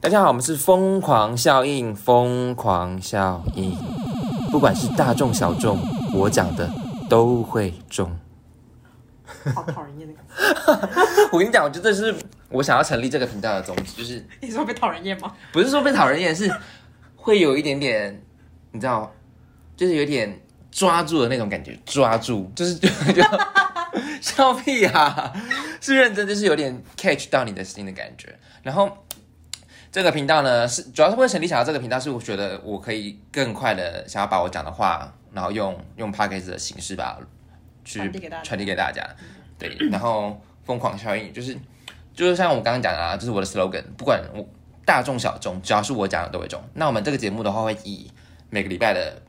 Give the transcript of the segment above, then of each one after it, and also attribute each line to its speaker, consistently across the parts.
Speaker 1: 大家好，我们是疯狂效应，疯狂效应，不管是大众小众，我讲的都会中。
Speaker 2: 好讨人厌的。
Speaker 1: 我跟你讲，我觉得这是我想要成立这个频道的宗旨，就是
Speaker 2: 你说被讨人 厌吗？
Speaker 1: 不是说被讨人厌，是会有一点点，你知道，就是有点抓住的那种感觉，抓住，就是就就笑屁啊，是认真，就是有点 catch 到你的心的感觉。然后这个频道呢，是主要是为了成立想要这个频道，是我觉得我可以更快的想要把我讲的话，然后用用 p a c k a g e 的形式吧，去
Speaker 2: 传递给大家
Speaker 1: 传递给大家。对，然后疯狂效应就是。就是像我刚刚讲的啊，就是我的 slogan，不管我大众小众，只要是我讲的都会中。那我们这个节目的话，会以每个礼拜的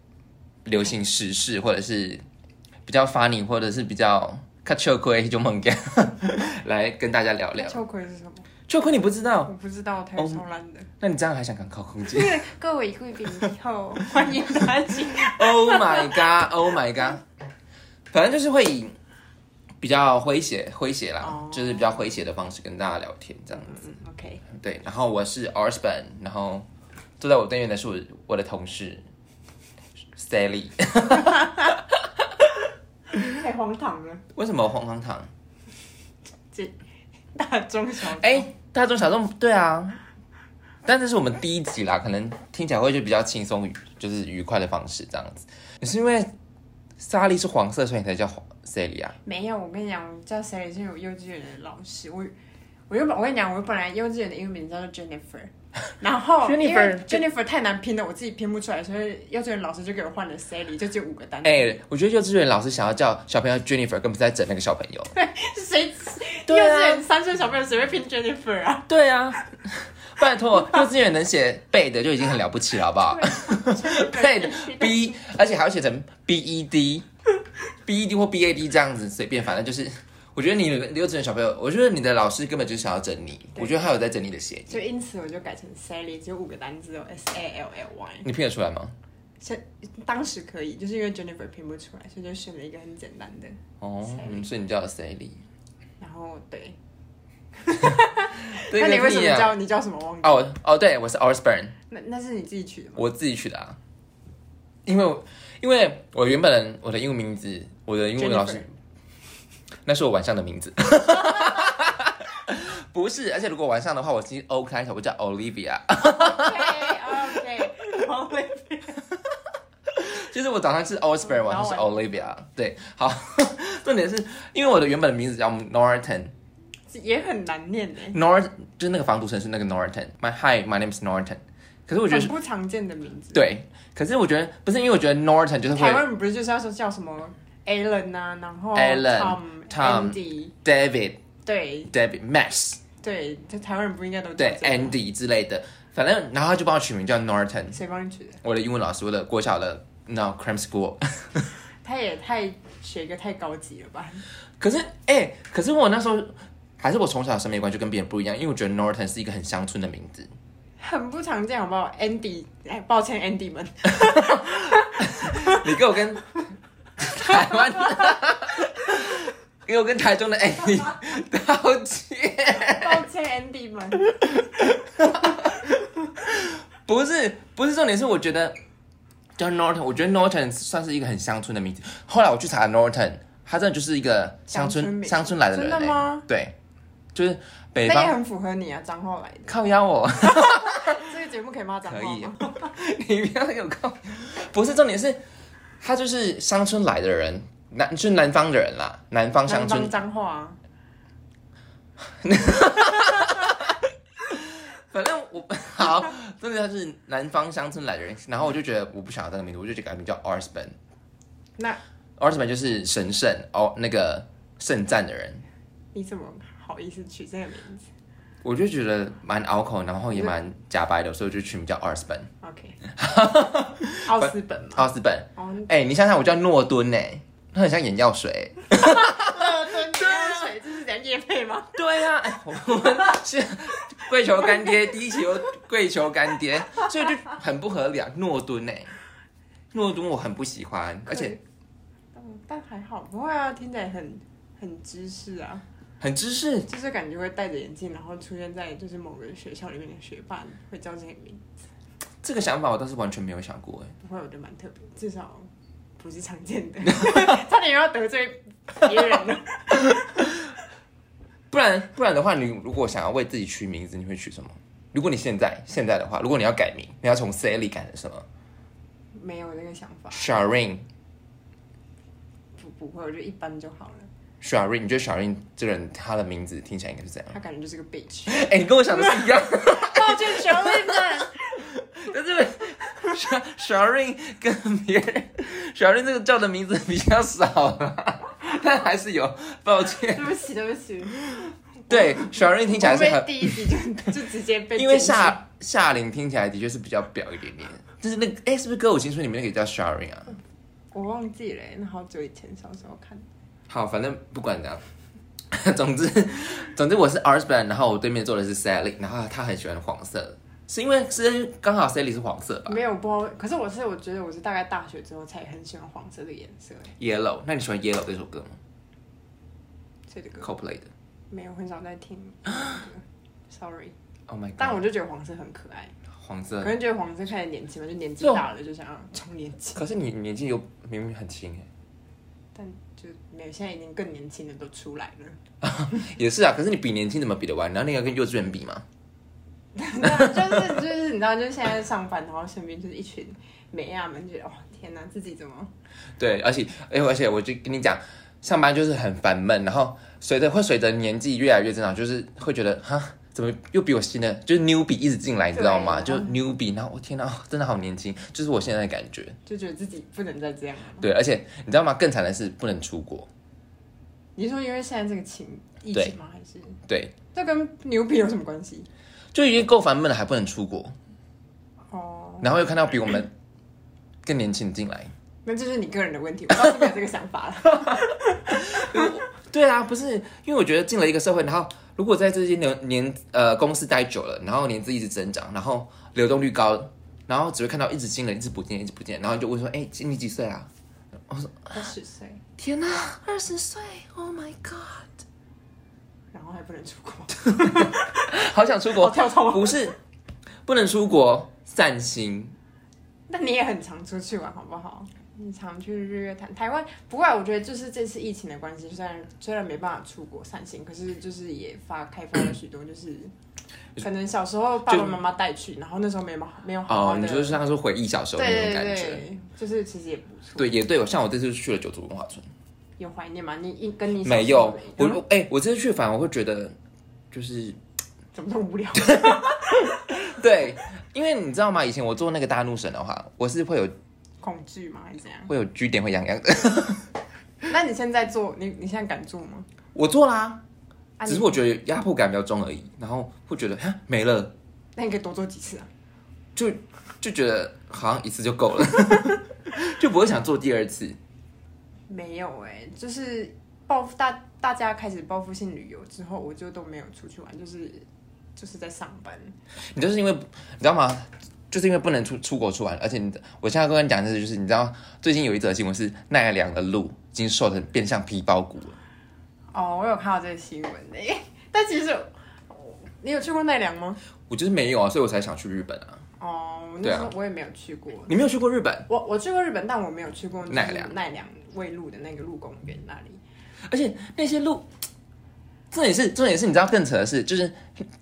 Speaker 1: 流行时事，或者是比较 funny，或者是比较看秋葵就梦干，来跟大家聊聊。
Speaker 2: 秋葵是什么？
Speaker 1: 秋葵你不知道，
Speaker 2: 我不知道，台语超烂的。
Speaker 1: 那你这样还想敢考空姐
Speaker 3: 对各位贵宾以 后，欢迎大家。
Speaker 1: ？Oh my god，Oh my god，反正就是会以比较诙谐、诙谐啦
Speaker 2: 哦
Speaker 1: 就是比较诙谐的方式跟大家聊天这样。
Speaker 2: 嗯，OK。
Speaker 1: 对，然后我是 R s p a n 然后坐在我对面的是我我的同事 Sally。
Speaker 2: 太荒唐了，
Speaker 1: 为什么黄糖糖？
Speaker 2: 大中小众
Speaker 1: 哎、大众小众，对啊，但这是我们第一集啦，可能听起来会就比较轻松愉，就是愉快的方式这样子。你是因为莎莉是黄色，所以你才叫黄 Sally 啊？
Speaker 2: 没有，我跟你讲，我叫 Sally 是因为我幼稚园的老师，我我原本我跟你讲，我本来幼稚园的英文名叫做 Jennifer，然后
Speaker 1: Jennifer-
Speaker 2: 因为 Jennifer 太难拼了，我自己拼不出来，所以幼稚园老师就给我换了 Sally，就只有五个单词。
Speaker 1: 哎、我觉得幼稚园老师想要叫小朋友 Jennifer，根本是在整那个小朋友。
Speaker 2: 谁、幼
Speaker 1: 对啊
Speaker 2: 稚园三岁小朋友谁会拼 Jennifer 啊？
Speaker 1: 对啊， 拜托，幼稚园能写背的就已经很了不起了，好不好？对的 B，而且还要写成 B E D B E D 或 B A D 这样子，随便，反正就是。我觉得你幼稚园小朋友，我觉得你的老师根本就是想要整你，
Speaker 2: 对
Speaker 1: 我觉得他有在整你的鞋
Speaker 2: 就因此我就改成 Sally，只有五个单字哦，S A L L Y。
Speaker 1: 你拼得出来吗？
Speaker 2: 当时可以，就是因为 Jennifer 拼不出来，所以就选了一个很简单的。
Speaker 1: 哦
Speaker 2: Sally，
Speaker 1: 嗯所以你叫 Sally。
Speaker 2: 然后对，
Speaker 1: 对
Speaker 2: 那你为什
Speaker 1: 一个
Speaker 2: 么
Speaker 1: 屁啊
Speaker 2: 叫你叫什么忘记？
Speaker 1: 哦哦，对，我是 Orsburn，
Speaker 2: 那那是你自己取的吗？
Speaker 1: 我自己取的啊。因为我因为我原本我的英文名字，我的英文老师
Speaker 2: Jennifer，
Speaker 1: 那是我晚上的名字。 不是，而且如果晚上的话，我其实 O 开头，我叫 Olivia。
Speaker 2: OK OK，
Speaker 1: 就是我早上是 o s b e
Speaker 2: 嗯
Speaker 1: r 晚上是 Olivia。对，好， 重点是因为我的原本的名字叫 Norton，
Speaker 2: 也很难念欸的，
Speaker 1: Nort 就是那个防毒城市那个 Norton。My hi, my name is Norton。可是我觉得
Speaker 2: 很
Speaker 1: 是
Speaker 2: 不常见的名字。，
Speaker 1: 对，可是我觉得不是因为我觉得 Norton 就是
Speaker 2: 台
Speaker 1: 会
Speaker 2: 湾人不是就是要说叫什么 Alan 啊，然后
Speaker 1: Alan
Speaker 2: Tom、
Speaker 1: Tom
Speaker 2: Andy，
Speaker 1: David、
Speaker 2: 对
Speaker 1: David Max
Speaker 2: 对，在台湾人不应该都
Speaker 1: 对
Speaker 2: Andy，
Speaker 1: Andy 之类的，反正然后他就帮我取名叫 Norton。
Speaker 2: 谁帮你取的？
Speaker 1: 我的英文老师，我的国小的 No Cram School。
Speaker 2: 他也太写一个太高级了吧？
Speaker 1: 可是哎、可是我那时候还是我从小的审美观就跟别人不一样，因为我觉得 Norton 是一个很乡村的名字。
Speaker 2: 很不常见，好不好？Andy，哎，抱歉，Andy 们，
Speaker 1: 你给我跟 台湾的，给我跟台中的 Andy 道歉。
Speaker 2: 抱歉，Andy 们。
Speaker 1: 不是，不是重点是，我觉得叫 Norton，我觉得 Norton 算是一个很乡村的名字。后来我去查 Norton，他真的就是一个乡
Speaker 2: 乡村
Speaker 1: 村
Speaker 2: 名
Speaker 1: 乡村来的人、欸。
Speaker 2: 真的吗？
Speaker 1: 对，就是北
Speaker 2: 那也
Speaker 1: 方
Speaker 2: 很符合你啊，张浩 来的。
Speaker 1: 靠腰我。
Speaker 2: 这个节目可以骂 张
Speaker 1: 可
Speaker 2: 浩
Speaker 1: 以
Speaker 2: 吗？，
Speaker 1: 你不要有空。不是重点是，他就是乡村来的人，南就是南方的人啦，南方乡
Speaker 2: 南
Speaker 1: 村
Speaker 2: 方脏话啊，
Speaker 1: 反正我 好，真的他是南方乡村来的人，然后我就觉得我不想要这个名字，我就改名叫 a r s b e n
Speaker 2: 那
Speaker 1: a r s b e n 就是神圣哦，那个圣战的人，
Speaker 2: 你怎么好意思取这个名字
Speaker 1: 我就觉得蛮拗口，然后也蛮假白的，所以我就取名叫 a r s b e n
Speaker 2: ？OK，奥斯本嘛。
Speaker 1: 奥斯本。
Speaker 2: 哦，
Speaker 1: 哎、你想想，我叫诺敦呢、哎那很像眼药水、
Speaker 2: 真的水， 这是讲叶配吗？
Speaker 1: 对呀、哎， 我们是跪求干爹，第一期有跪求干爹，所以就很不合理啊。诺敦呢、诺敦我很不喜欢，而且
Speaker 2: 可以，嗯但还好，不会啊，听起来很很知识啊。
Speaker 1: 很知识，
Speaker 2: 就是感觉会戴着眼镜，然后出现在就是某个学校里面的学霸会叫这些名字，
Speaker 1: 这个想法我倒是完全没有想过哎。
Speaker 2: 不会，我觉得蛮特别，至少不是常见的， 差点又要得罪别人了。
Speaker 1: 不然不然的话，你如果想要为自己取名字，你会取什么？如果你现在现在的话，如果你要改名，你要从 Sally 改成什么
Speaker 2: 没有这个想法，
Speaker 1: ？Sharin
Speaker 2: 不不会，我觉得一般就好了。
Speaker 1: Sharin，你觉得 Sharin 这个人他的名字听起来应该是怎样？
Speaker 2: 他感觉就是个 bitch，
Speaker 1: 哎、你跟我想的是一样，
Speaker 2: 抱歉，小妹们，
Speaker 1: 但是 Sha- Sharin 跟别人 Sharin 这个叫的名字比较少啦但还是有，抱歉。
Speaker 2: 对不起，对不起，
Speaker 1: 对，Sharin 听起来
Speaker 2: 我
Speaker 1: 是很
Speaker 2: 被第一集就就直接被
Speaker 1: 因为
Speaker 2: 禁止
Speaker 1: 夏夏琳听起来的确是比较表一点点，就是那个哎、是不是歌舞青春里面那个也叫 Sharon 啊？
Speaker 2: 我忘记了，那好久以前小时候看的。
Speaker 1: 好，反正不管怎样， 总之总之我是 R span，然后我对面坐的是 Sally，然后她很喜欢黄色，是因为是刚好 Sally 是黄色吧
Speaker 2: 没有不知道，可是我是我觉得我是大概大学之后才很喜欢黄色的颜色，欸
Speaker 1: ？Yellow，那你喜欢 Yellow 这首歌吗
Speaker 2: 这个歌
Speaker 1: ？Coldplay 的
Speaker 2: 没有很少在 听这个，sorry。
Speaker 1: ，Oh my God，
Speaker 2: 但我就觉得黄色很可爱，
Speaker 1: 黄色
Speaker 2: 可。能觉得黄色看着年轻嘛，就年纪
Speaker 1: 这种
Speaker 2: 大了就想要充年纪，
Speaker 1: 可是你年纪有明明很轻哎，
Speaker 2: 但就没有现在已经更年轻的都出来了，
Speaker 1: 也是啊。可是你比年轻怎么比得完？然后你要跟幼稚园比吗？
Speaker 2: 啊就是就是你知道，就是现在上班，然后身边就是一群美亚们，就觉得哦天哪，自己怎么
Speaker 1: 对，而且，哎，而且我就跟你讲，上班就是很烦闷，然后随着会随着年纪越来越增长，就是会觉得哈，怎么又比我新的，就是 newbie 一直进来，你知道吗？
Speaker 2: 对
Speaker 1: 就
Speaker 2: 啊
Speaker 1: newbie，然后我天哪、哦真的好年轻，就是我现在的感觉。
Speaker 2: 就觉得自己不能再这样了？
Speaker 1: 对，而且你知道吗？更惨的是不能出国。
Speaker 2: 你是说因为现在这个情疫
Speaker 1: 对
Speaker 2: 情吗？还是
Speaker 1: 对，
Speaker 2: 这跟牛皮有什么关系？
Speaker 1: 就已经够烦闷了，还不能出国，
Speaker 2: 哦，
Speaker 1: 然后又看到比我们更年轻的进来。
Speaker 2: 那这是你个人的问题，我倒是没有这个想法了。
Speaker 1: 对啊，不是，因为我觉得进了一个社会，然后如果在这些年年呃公司待久了，然后年资一直增长，然后流动率高，然后只会看到一直新人一直不见，一直不见，然后就问说，哎、今你几岁啊？
Speaker 2: 二十岁，
Speaker 1: 天哪、2二十岁，Oh my god，
Speaker 2: 然后还不能出国，
Speaker 1: 好想出
Speaker 2: 好
Speaker 1: 国，
Speaker 2: 跳痛。
Speaker 1: 不是，不能出国散心，
Speaker 2: 那你也很常出去玩，好不好？你常去日月潭、台湾。不过我觉得就是这次疫情的关系，虽然虽然没办法出国散心，可是就是也发开发了许 多，就是可能小时候爸爸妈妈带去，然后那时候没有没有好好
Speaker 1: 哦，
Speaker 2: 的，
Speaker 1: 你就是像是回忆小时候的那
Speaker 2: 对
Speaker 1: 种感
Speaker 2: 对
Speaker 1: 觉。
Speaker 2: 对，就是其实也不错。
Speaker 1: 对，也对，我像我这次去了九族文化村，
Speaker 2: 有怀念吗？你一跟你小时候
Speaker 1: 没有
Speaker 2: 的，
Speaker 1: 我
Speaker 2: 嗯
Speaker 1: 我哎、我这次去反而会觉得，就是
Speaker 2: 怎么那么 无聊？
Speaker 1: 对，因为你知道吗？以前我做那个大怒神的话，我是会有
Speaker 2: 恐惧吗？还是怎样？
Speaker 1: 会有据点会痒痒的。
Speaker 2: 那你现在做，你你现在敢做吗？
Speaker 1: 我做啦，
Speaker 2: 啊
Speaker 1: 只
Speaker 2: 你
Speaker 1: 是我觉得压迫感比较重而已，然后会觉得哈没了，
Speaker 2: 那你可以多做几次啊？
Speaker 1: 就就觉得好像一次就够了， 就不会想做第二次。
Speaker 2: 没有哎、就是报复大大家开始报复性旅游之后，我就都没有出去玩，就是就是在上班。
Speaker 1: 你就是因为你知道吗？就是因为不能出出国出玩，而且你我现在跟你讲的是，就是你知道最近有一则新闻是奈良的鹿已经瘦成变相皮包骨了。
Speaker 2: 哦，我有看到这个新闻哎、 但其实你有去过奈良吗？
Speaker 1: 我就是没有啊，所以我才想去日本啊。
Speaker 2: 哦，那
Speaker 1: 对啊
Speaker 2: 时候我也没有去过。
Speaker 1: 你没有去过日本，
Speaker 2: 我我去过日本，但我没有去过就是
Speaker 1: 奈良
Speaker 2: 奈良卫路的那个鹿公园那里。
Speaker 1: 而且那些鹿，重点是重点是，你知道更扯的是，就是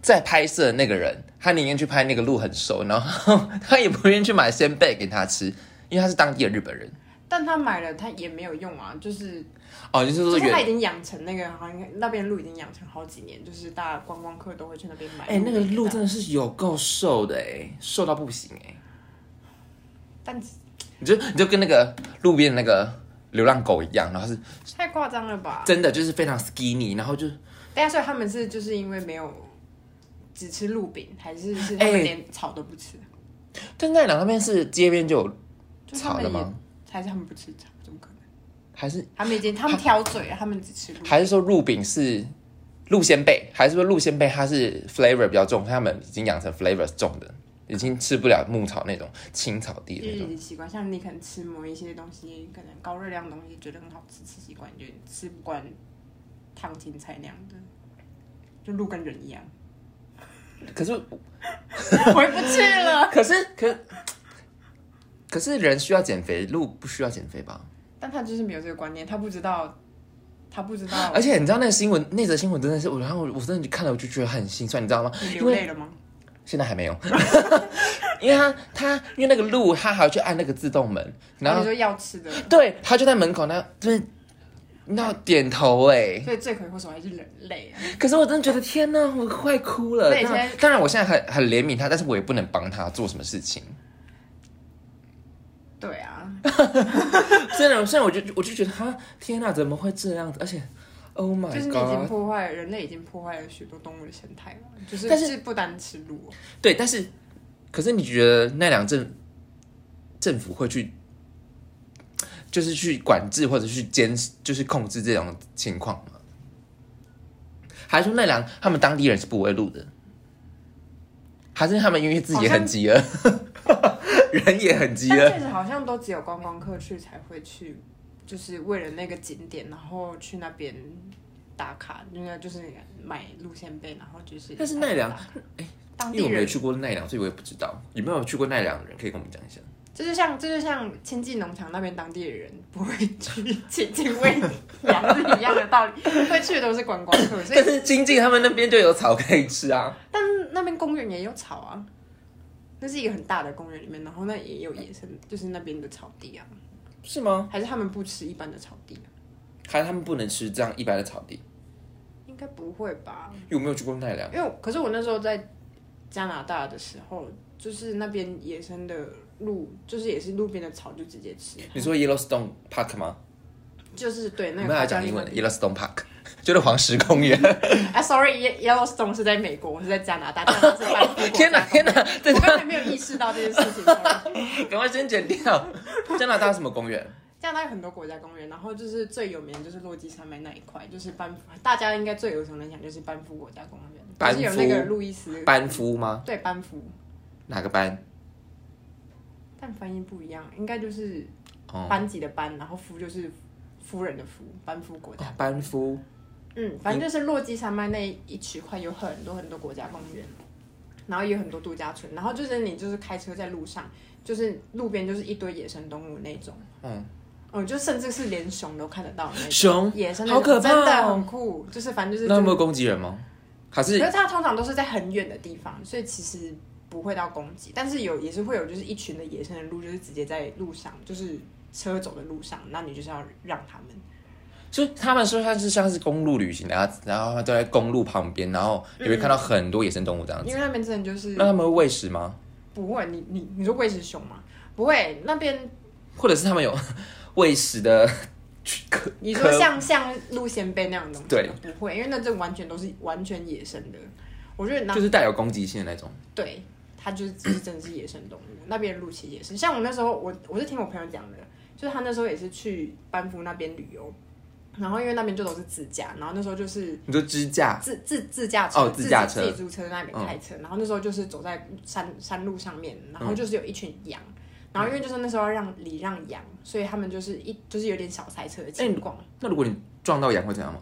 Speaker 1: 在拍摄的那个人，他宁愿去拍那个鹿很瘦，然后 他也不愿意去买鲜贝给他吃，因为他是当地的日本人。
Speaker 2: 但他买了，他也没有用啊，就是
Speaker 1: 哦，就是
Speaker 2: 就
Speaker 1: 说
Speaker 2: 是
Speaker 1: 原
Speaker 2: 他已经养成那个，好像那边鹿已经养成好几年，就是大家观光客都会去那边买。
Speaker 1: 哎、那个鹿真
Speaker 2: 但
Speaker 1: 的是有够瘦的哎、瘦到不行哎、
Speaker 2: 但
Speaker 1: 你就你就跟那个路边的那个流浪狗一样，然后是
Speaker 2: 太夸张了吧？
Speaker 1: 真的就是非常 skinny，然后就
Speaker 2: 大家所以他们是就是因为没有只吃鹿饼，还是是他
Speaker 1: 哎
Speaker 2: 们连草都不吃？
Speaker 1: 但奈良那边是街边就有
Speaker 2: 就是他
Speaker 1: 草
Speaker 2: 们
Speaker 1: 的
Speaker 2: 也
Speaker 1: 吗？？
Speaker 2: 还是他们不吃草？怎么可能？
Speaker 1: 还是
Speaker 2: 他们已经他们挑嘴了，他们只吃鹿。
Speaker 1: 还是说鹿饼是鹿仙贝，还是说鹿仙贝它是 flavor 比较重，他们已经养成 flavor 重的，已经吃不了牧草那种青草地的
Speaker 2: 日
Speaker 1: 那
Speaker 2: 饮
Speaker 1: 种。
Speaker 2: 的习惯，像你可能吃某一些东西，可能高热量的东西觉得很好吃，吃习惯，你就吃不惯烫青菜那样的，就路跟人一样。 嗯
Speaker 1: 可是
Speaker 2: 回不去了。
Speaker 1: 可是可可是人需要减肥，鹿不需要减肥吧？
Speaker 2: 但他就是没有这个观念，他不知道，他不知道。
Speaker 1: 而且你知道那个新闻，那则新闻真的是我，然后我真的看了我就觉得很心酸，你知道吗？
Speaker 2: 你
Speaker 1: 因
Speaker 2: 流
Speaker 1: 为
Speaker 2: 泪了吗？
Speaker 1: 现在还没有， 因为他他因为那个鹿，他还要去按那个自动门，然
Speaker 2: 你
Speaker 1: 后
Speaker 2: 说要吃的，
Speaker 1: 对他就在门口那就是那点头哎，
Speaker 2: 所以罪魁祸首还是人类啊。
Speaker 1: 可是我真的觉得天哪，我快哭了。
Speaker 2: 那你
Speaker 1: 当然
Speaker 2: 现在
Speaker 1: 当然我现在很很怜悯他，但是我也不能帮他做什么事情。
Speaker 2: 对啊，
Speaker 1: 虽然虽然我就我就觉得他天哪，怎么会这样子？而且 Oh my
Speaker 2: 就是你已经
Speaker 1: God，
Speaker 2: 破坏人类已经破坏了许多动物的生态了，就是
Speaker 1: 但
Speaker 2: 但
Speaker 1: 是
Speaker 2: 是不单吃鹿 哦，
Speaker 1: 对，但是可是你觉得奈良政政府会去？就是去管制或者去监，就是控制这种情况吗？还是说奈良他们当地人是不喂鹿的？还是他们因为自己也很饥饿， 人也很饥
Speaker 2: 但
Speaker 1: 饿？
Speaker 2: 确实好像都只有观光客去才会去，就是为了那个景点，然后去那边打卡，那个就是买路线费，然后就是
Speaker 1: 但是奈良哎
Speaker 2: 打卡当
Speaker 1: 因为
Speaker 2: 地
Speaker 1: 我没有
Speaker 2: 人
Speaker 1: 去过奈良，所以我也不知道有没有去过奈良的人可以跟我们讲一下。
Speaker 2: 这就像这就像亲近农场那边当地的人不会去亲近喂 羊是一样的道理，会去的都是观光客，所以
Speaker 1: 但是金靖他们那边就有草可以吃啊。
Speaker 2: 但嗯那边公园也有草啊，那是一个很大的公园里面，然后那也有野生，就是那边的草地啊，
Speaker 1: 是吗？
Speaker 2: 还是他们不吃一般的草地啊？
Speaker 1: 还是他们不能吃这样一般的草地？
Speaker 2: 应该不会吧？
Speaker 1: 因为我没有去过奈良。
Speaker 2: 因为我可是我那时候在加拿大的时候，就是那边野生的鹿，就是也是路边的草就直接吃，
Speaker 1: 你说 Yellowstone Park 吗？
Speaker 2: 就是对
Speaker 1: 我
Speaker 2: 那
Speaker 1: 们
Speaker 2: 个
Speaker 1: 要
Speaker 2: 好
Speaker 1: 讲
Speaker 2: 像
Speaker 1: 英文的 Yellowstone Park，就是 黄石公园。
Speaker 2: 啊，sorry，Yellowstone 是在美国，我是在加拿大，加拿大是 半个
Speaker 1: 天哪
Speaker 2: 国家
Speaker 1: 天哪， 这
Speaker 2: 我刚才没有意识到这件事情。sorry
Speaker 1: 赶快先剪掉。加拿大什么公园？
Speaker 2: 加拿大有很多国家公园，然后就是最有名的就是落基山脉那一块，就是班夫，大家应该最耳熟能详就是班夫国家公园，
Speaker 1: 班
Speaker 2: 就是有
Speaker 1: 夫
Speaker 2: 那个路易斯，
Speaker 1: 班夫吗？
Speaker 2: 对班夫，
Speaker 1: 哪个班？
Speaker 2: 但翻译不一样，应该就是
Speaker 1: 哦，
Speaker 2: 班级的班，然后夫就是夫人的夫，班夫国家
Speaker 1: 哦班夫。
Speaker 2: 嗯，反正就是落基山脉那一区块有很多很多国家公园，然后也有很多度假村，然后就是你就是开车在路上，就是路边就是一堆野生动物那种，
Speaker 1: 嗯，
Speaker 2: 嗯，就甚至是连熊都看得到那种。
Speaker 1: 熊
Speaker 2: 野生的
Speaker 1: 好可怕哦
Speaker 2: 真的很酷，就是反正就是。
Speaker 1: 那有没有攻击人吗？还
Speaker 2: 可
Speaker 1: 是
Speaker 2: 是它通常都是在很远的地方，所以其实不会到攻击，但是有也是会有就是一群的野生的鹿，就是直接在路上，就是车走的路上，那你就是要让他们。
Speaker 1: 就是他们说他是像是公路旅行，然后然后他们都在公路旁边，然后你会看到很多野生动物这样子。
Speaker 2: 因为那边真的就是
Speaker 1: 那他们会喂食吗？
Speaker 2: 不会，你你你说喂食熊吗？不会，那边
Speaker 1: 或者是他们有 喂食的可
Speaker 2: 你说
Speaker 1: 可
Speaker 2: 像像鹿仙贝那样的东西，
Speaker 1: 对，
Speaker 2: 不会，因为那这完全都是完全野生的。我觉得那
Speaker 1: 就是带有攻击性的那种。
Speaker 2: 对，它就是就是真的是野生动物，那边的鹿其实也是。像我那时候，我我是听我朋友讲的，就是他那时候也是去班夫那边旅游，然后因为那边就都是自驾，然后那时候就是
Speaker 1: 你说支架，
Speaker 2: 自自自驾车，
Speaker 1: 哦自驾车
Speaker 2: 自己自己租车在那边开车，然后那时候就是走在山山路上面，
Speaker 1: 嗯
Speaker 2: 然后就是有一群羊。然后因为就是那时候要让礼让羊，所以他们就是一就是有点小塞车的情况。
Speaker 1: 那如哎果你撞到羊会怎样吗？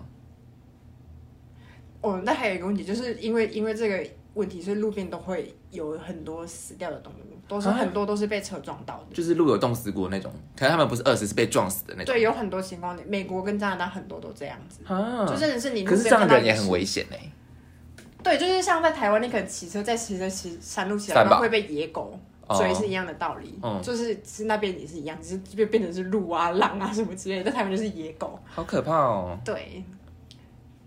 Speaker 2: 哦，那还有一个问题，就是因为因为这个问题，所以路边都会有很多死掉的动物，都是
Speaker 1: 啊
Speaker 2: 很多都是被车撞到的。
Speaker 1: 就是路有冻死过那种，可能他们不是饿死，是被撞死的那种。
Speaker 2: 对，有很多情况，美国跟加拿大很多都这样子，
Speaker 1: 啊，
Speaker 2: 就真的是你路
Speaker 1: 可是
Speaker 2: 边
Speaker 1: 这样
Speaker 2: 看到
Speaker 1: 人
Speaker 2: 一
Speaker 1: 也
Speaker 2: 只
Speaker 1: 很危险哎、
Speaker 2: 对，就是像在台湾，你可能骑车在骑着骑山路骑
Speaker 1: 三宝
Speaker 2: 到会被野狗
Speaker 1: 哦
Speaker 2: 追是一样的道理，
Speaker 1: 嗯
Speaker 2: 就是是那边也是一样，只是就变成是鹿啊、狼啊什么之类的，在台湾就是野狗，
Speaker 1: 好可怕哦！
Speaker 2: 对。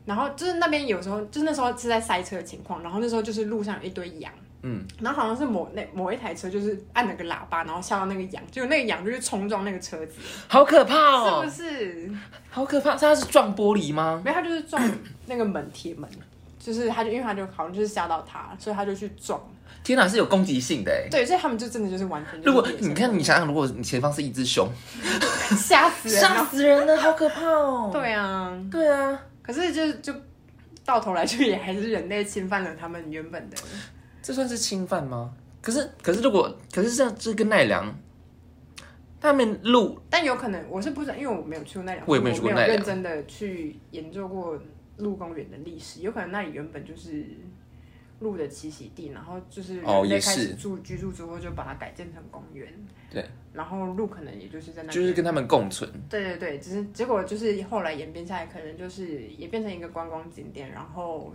Speaker 2: 然后就是那边有时候，就是那时候是在塞车的情况，然后那时候就是路上有一堆羊，
Speaker 1: 嗯，
Speaker 2: 然后好像是某那某一台车就是按了个喇叭，然后吓到那个羊，结果那个羊就去冲撞那个车子，
Speaker 1: 好可怕
Speaker 2: 是
Speaker 1: 哦
Speaker 2: 不，是？
Speaker 1: 好可怕！他是撞玻璃吗？
Speaker 2: 没有，他就是撞那个门铁 门，就是他就因为他就好像就是吓到他，所以他就去撞。
Speaker 1: 天哪，是有攻击性的哎、
Speaker 2: 对，所以他们就真的就是完全就是
Speaker 1: 如果
Speaker 2: 野生
Speaker 1: 你看，你想想，如果你前方是一只熊，
Speaker 2: 吓死人啊
Speaker 1: 吓
Speaker 2: 了。
Speaker 1: 死人了，好可怕哦！
Speaker 2: 对啊，
Speaker 1: 对啊，
Speaker 2: 可是就就到头来就也还是人类侵犯了他们原本的。
Speaker 1: 这算是侵犯吗？可是，可是如果，可是这样，这跟奈良，他们路
Speaker 2: 但有可能我是不知道，因为我没有去过奈良，
Speaker 1: 我也没有去过奈良
Speaker 2: 认真的去研究过鹿公园的历史，有可能那里原本就是鹿的栖息地，然后就是
Speaker 1: 哦
Speaker 2: 人类
Speaker 1: 也
Speaker 2: 开始
Speaker 1: 是
Speaker 2: 住居住之后就把它改建成公园，
Speaker 1: 对，
Speaker 2: 然后鹿可能也就是在那边，
Speaker 1: 就是跟他们共存。
Speaker 2: 对对对，只是结果就是后来演变下来，可能就是也变成一个观光景点，然后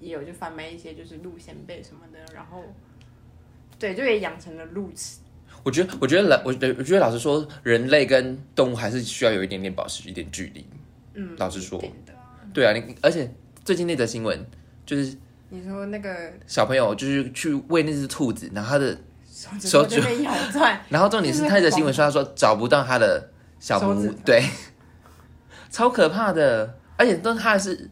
Speaker 2: 也有就贩卖一些就是鹿鲜贝什么的，然后对，就也养成了鹿吃
Speaker 1: 我觉得，我觉得老，我觉得我觉得老实说，人类跟动物还是需要有一点点保持一点距离。
Speaker 2: 嗯，
Speaker 1: 老实说
Speaker 2: 一点的。
Speaker 1: 对啊，你而且最近那则新闻就是
Speaker 2: 你说那个
Speaker 1: 小朋友就是去喂那只兔子，然后他的，
Speaker 2: 手指
Speaker 1: 手
Speaker 2: 头
Speaker 1: 指
Speaker 2: 就被咬断，
Speaker 1: 然后重点是
Speaker 2: 就是
Speaker 1: 他的新闻说他说找不到他的小
Speaker 2: 手指
Speaker 1: 拇
Speaker 2: 头，
Speaker 1: 对， 超可怕的，而且都他还是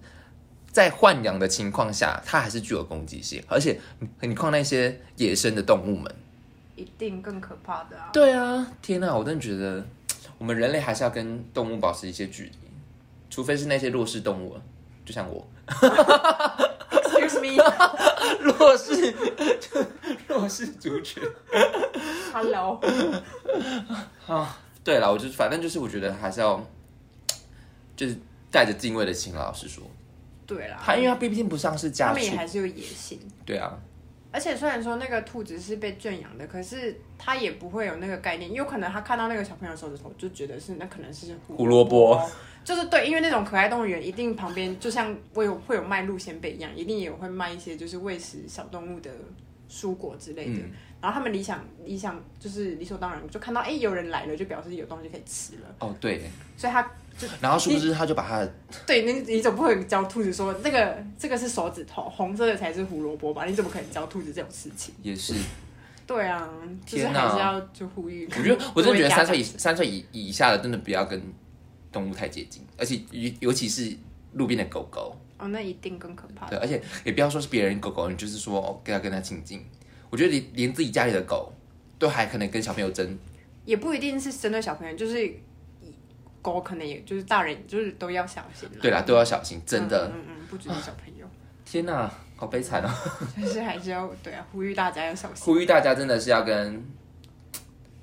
Speaker 1: 在豢养的情况下，它还是具有攻击性，而且你况那些野生的动物们。
Speaker 2: 一定更可怕 的啊！
Speaker 1: 对啊，天哪、我真的觉得我们人类还是要跟动物保持一些距离，除非是那些弱势动物，啊就像我
Speaker 2: Excuse me，Hello，
Speaker 1: 弱势 弱势族群。啊对啦，我就是反正就是我觉得还是要就是带着敬畏的心啦，老实说，
Speaker 2: 对啦，
Speaker 1: 他因为他毕竟不像是
Speaker 2: 他
Speaker 1: 家
Speaker 2: 们也
Speaker 1: 畜，
Speaker 2: 还是有野性，
Speaker 1: 对啊，
Speaker 2: 而且虽然说那个兔子是被圈养的，可是它也不会有那个概念，有可能它看到那个小朋友手指头就觉得是那可能是
Speaker 1: 胡萝卜，
Speaker 2: 就是对，因为那种可爱动物园一定旁边就像我有会有卖鹿仙贝一样，一定也会卖一些就是喂食小动物的蔬果之类的。
Speaker 1: 嗯
Speaker 2: 然后他们理想理想就是理所当然，就看到哎、有人来了，就表示有东西可以吃了，
Speaker 1: 哦对，
Speaker 2: 所以他就
Speaker 1: 然后殊不知他就把他的
Speaker 2: 对你，你总不会教兔子说这个这个是手指头，红色的才是胡萝卜吧？你怎么可能教兔子这种事情？
Speaker 1: 也 是，
Speaker 2: 对啊，就是
Speaker 1: 天哪
Speaker 2: 还是要就呼吁。
Speaker 1: 我觉得我真的觉得三岁以
Speaker 2: 以
Speaker 1: 三岁以以下的真的不要跟动物太接近，而且尤尤其是路边的狗狗。
Speaker 2: 哦，那一定更可怕
Speaker 1: 对，。而且也不要说是别人狗狗，你就是说哦，跟它跟它亲近。我觉得连连自己家里的狗都还可能跟小朋友争，
Speaker 2: 也不一定是针对小朋友，就是狗可能也就是大人就是都要小心啦。
Speaker 1: 对啦，都要小心，真的。
Speaker 2: 嗯嗯嗯嗯，不只是小朋友，
Speaker 1: 天哪、好悲惨哦！
Speaker 2: 就是还是要对啊，呼吁大家要小心。
Speaker 1: 呼吁大家真的是要跟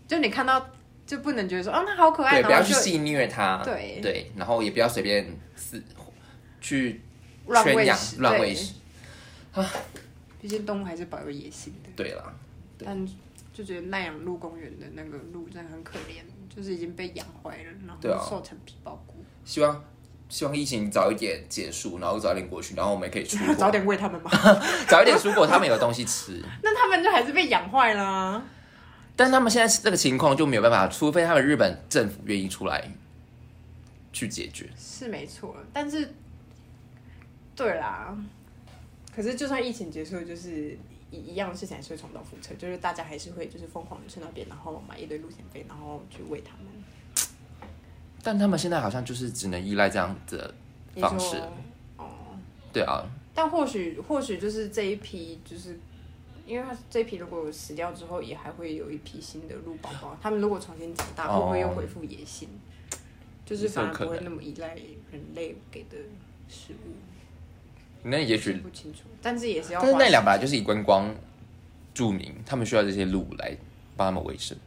Speaker 2: 就你看到就不能觉得说啊，那好可爱，
Speaker 1: 对，不要
Speaker 2: 然后
Speaker 1: 去
Speaker 2: 就
Speaker 1: 戏虐它，
Speaker 2: 对
Speaker 1: 对，然后也不要随便饲去
Speaker 2: 乱
Speaker 1: 圈
Speaker 2: 喂
Speaker 1: 养
Speaker 2: 食
Speaker 1: 乱
Speaker 2: 对
Speaker 1: 喂食。
Speaker 2: 毕竟动物还是保有野性的。
Speaker 1: 对啦，对
Speaker 2: 但就觉得奈良鹿公园的那个鹿真的很可怜，就是已经被养坏了，
Speaker 1: 对
Speaker 2: 然
Speaker 1: 啊
Speaker 2: 后瘦成皮包骨，
Speaker 1: 希望希望疫情早一点结束，然后早一点过去，然后我们也可以出国，
Speaker 2: 早点喂它们吧。
Speaker 1: 早一点出国，他们有东西吃。
Speaker 2: 那它们就还是被养坏啊啦、
Speaker 1: 但他们现在这个情况就没有办法，除非他们日本政府愿意出来去解决。
Speaker 2: 是没错。但是，对啦，可是就算疫情结束，就是一一样的事情还是会重蹈覆辙，就是大家还是会就是疯狂的去那边，然后买一堆路线费，然后去喂它们。
Speaker 1: 但他们现在好像就是只能依赖这样子的，
Speaker 2: 你
Speaker 1: 方式
Speaker 2: 说，哦，
Speaker 1: 对啊，
Speaker 2: 但或许或许就是这一批就是。因为它这一批如果死掉之后，也还会有一批新的鹿宝宝。他们如果重新长大，
Speaker 1: 哦
Speaker 2: 会不会又恢复野性？就是
Speaker 1: 也是有
Speaker 2: 反而
Speaker 1: 可
Speaker 2: 不会
Speaker 1: 能
Speaker 2: 那么依赖人类给的食物。
Speaker 1: 那也许，
Speaker 2: 不清楚，但是也是要
Speaker 1: 但
Speaker 2: 花
Speaker 1: 是
Speaker 2: 时间。
Speaker 1: 那两本来就是以观光著名，他们需要这些路来帮他们维生。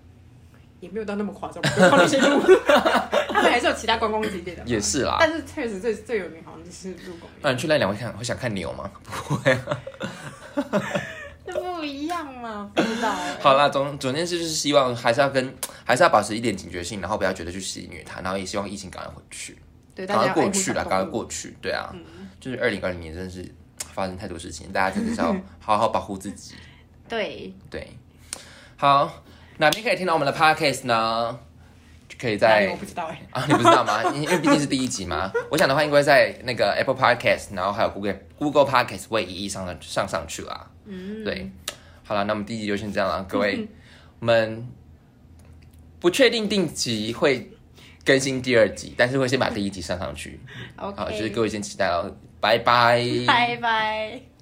Speaker 2: 也没有到那么夸张，不要靠那些路， 他们还是有其他观光景点的嘛。
Speaker 1: 也是啊啦，
Speaker 2: 但是确实最最有名好像就是鹿公
Speaker 1: 不
Speaker 2: 园，
Speaker 1: 然去那两会看会想看牛吗？
Speaker 2: 那不一样嘛，不知道欸。
Speaker 1: 好啦，总总之就是希望还是要跟还是要保持一点警觉性，然后不要觉得去戏虐它，然后也希望疫情赶快回去，
Speaker 2: 对，
Speaker 1: 赶
Speaker 2: 大家
Speaker 1: 快
Speaker 2: 要
Speaker 1: 过去
Speaker 2: 了，
Speaker 1: 啦，赶快。过去。对啊，
Speaker 2: 嗯
Speaker 1: 就是二零二零年真的是发生太多事情，大家真的是要好好保护自己。
Speaker 2: 对，
Speaker 1: 对，好，哪边可以听到我们的 podcast 呢？就可以
Speaker 2: 哪里
Speaker 1: 在
Speaker 2: 我不知道哎，
Speaker 1: 啊，你不知道吗？ 因因为毕竟是第一集嘛，我想的话应该在那个 Apple Podcast，然后还有 Google Google Podcast 会一一上上上去啦。嗯，对，好了，那我们第一集就先这样了，各位，我们不确定定期会更新第二集，但是会先把第一集上上去。好，就是
Speaker 2: OK，
Speaker 1: 各位先期待哦，拜拜。
Speaker 2: 拜拜。